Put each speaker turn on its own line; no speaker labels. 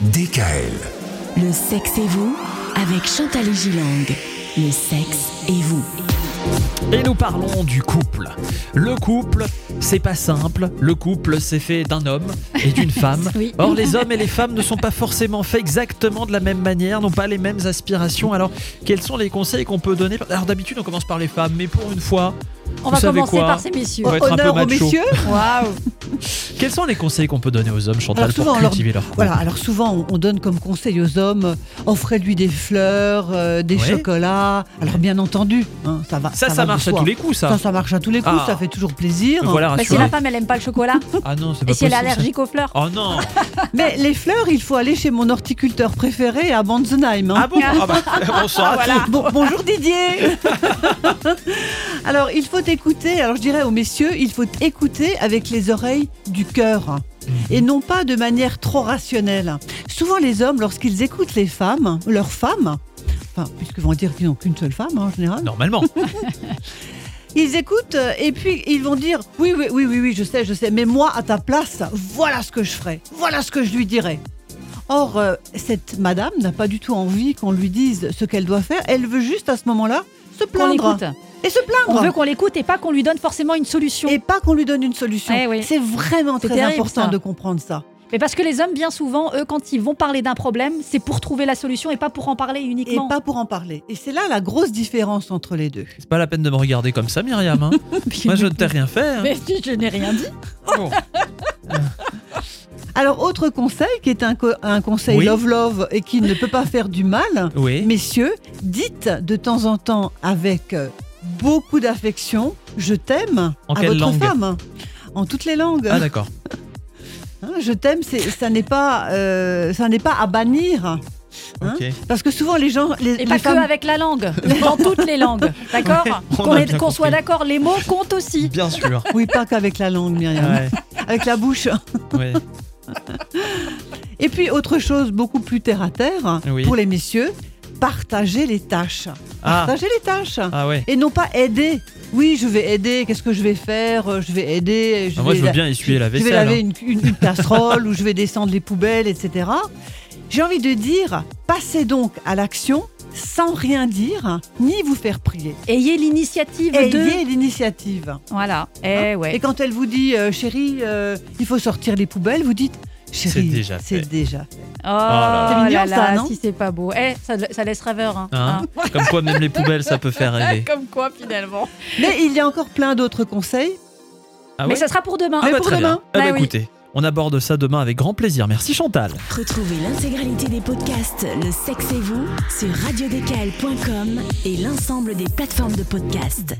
DKL.
Le sexe et vous avec Chantal et Gilang. Le sexe et vous.
Et nous parlons du couple. Le couple, c'est pas simple. Le couple, c'est fait d'un homme et d'une femme.
Oui.
Or, les hommes et les femmes ne sont pas forcément faits exactement de la même manière, n'ont pas les mêmes aspirations. Alors, quels sont les conseils qu'on peut donner Alors, d'habitude, on commence par les femmes, mais pour une fois,
On
Vous
va
savez
commencer
quoi
par ces messieurs.
on va être un peu
Honneur aux
macho.
messieurs.
Waouh
Quels sont les conseils qu'on peut donner aux hommes, Chantal,
Alors, souvent,
pour
on leur-
cultiver leur couple
Voilà, alors souvent on- on donne comme conseil aux hommes, euh, offrez-lui des fleurs, euh, des
Ouais.
chocolats. Alors bien entendu, hein, ça va.
Ça, ça,
va de
marche à
soi.
tous les coups, ça.
Ça, ça marche à tous les coups,
Ah.
ça fait toujours plaisir.
Me voilà
Bah, Si
rassuré.
la femme, elle aime pas le chocolat,
Ah non, c'est pas
et si elle est
possible, ça.
allergique aux fleurs,
Oh non
Mais les fleurs, il faut aller chez mon horticulteur préféré à Banzenheim. hein.
Ah bon ah bah, On saura tout.
Bon- bonjour Didier Alors il faut écouter, alors je dirais aux messieurs, il faut écouter avec les oreilles du cœur et non pas de manière trop rationnelle. Souvent les hommes, lorsqu'ils écoutent les femmes, leurs femmes, enfin puisque vont dire qu'ils n'ont qu'une seule femme hein, en général,
Normalement.
ils écoutent euh, et puis ils vont dire oui, oui, oui, oui, oui, je sais, je sais, mais moi à ta place, voilà ce que je ferais, voilà ce que je lui dirais. Or, euh, cette madame n'a pas du tout envie qu'on lui dise ce qu'elle doit faire, elle veut juste à ce moment-là se
qu'on
plaindre.
l'écoute.
Et se
On
plaindre.
veut qu'on l'écoute et pas qu'on lui donne forcément une solution.
Et pas qu'on lui donne une solution.
Eh oui.
C'est vraiment
C'est
très
terrible,
important
ça.
de comprendre ça.
Mais parce que les hommes, bien souvent, eux, quand ils vont parler d'un problème, c'est pour trouver la solution et pas pour en parler
Et
uniquement.
pas pour en parler. Et c'est là la grosse différence entre les deux.
C'est pas la peine de me regarder comme ça, Myriam. hein. Moi, je ne t'ai rien fait. hein. Oh.
Mais si, je n'ai rien dit.
Bon.
Alors, autre conseil qui est un, co- un conseil
Oui.
love-love et qui ne peut pas faire du mal,
Oui.
messieurs, dites de temps en temps avec euh, beaucoup d'affection Je t'aime
En
à
quelle
votre
langue
femme. En toutes les langues.
Ah d'accord.
Hein, je t'aime, c'est- ça n'est pas, euh, ça n'est pas à bannir. Hein
Ok.
Parce que souvent, les gens. Les,
Et
les
pas que
femmes-
avec la langue, dans toutes les langues. D'accord
Ouais, on a
Qu'on est-
bien
qu'on soit
compris.
d'accord, les mots comptent aussi.
Bien sûr.
Oui, pas qu'avec la langue, Myriam.
Ouais,
Avec la bouche.
ouais.
Et puis autre chose beaucoup plus terre à terre
Oui.
pour les messieurs, partager les tâches.
Ah,
Partager les tâches.
ah ouais.
Et non pas aider. Oui, je vais aider. Qu'est-ce que je vais faire Euh, Je vais aider. Je
Ah, moi,
vais
je veux
la-
bien essuyer la
je vais
vaisselle.
laver une, une- une casserole ou je vais descendre les poubelles, etc. J'ai envie de dire, passez donc à l'action sans rien dire ni vous faire prier.
Ayez l'initiative de.
Ayez l'initiative.
Voilà. Eh
Et
ouais.
quand elle vous dit, euh, chérie, euh, il faut sortir les poubelles, vous dites, chérie,
déjà fait.
c'est déjà
Oh
là
là. C'est mignon,
là
ça,
là,
non
si c'est pas beau. Eh, ça, ça laisse rêveur. hein.
hein. Comme quoi, même les poubelles, ça peut faire
Hein.
rêver.
Ah,
Comme quoi, finalement.
Mais il y a encore plein d'autres conseils.
Ah
Mais
ouais.
ça sera pour demain.
Ah bah,
pour
très
demain.
bien. Ah bah,
Bah oui.
écoutez, on aborde ça demain avec grand plaisir. Merci Chantal.
Retrouvez l'intégralité des podcasts Le sexe et vous sur radiodécal.com et l'ensemble des plateformes de podcasts.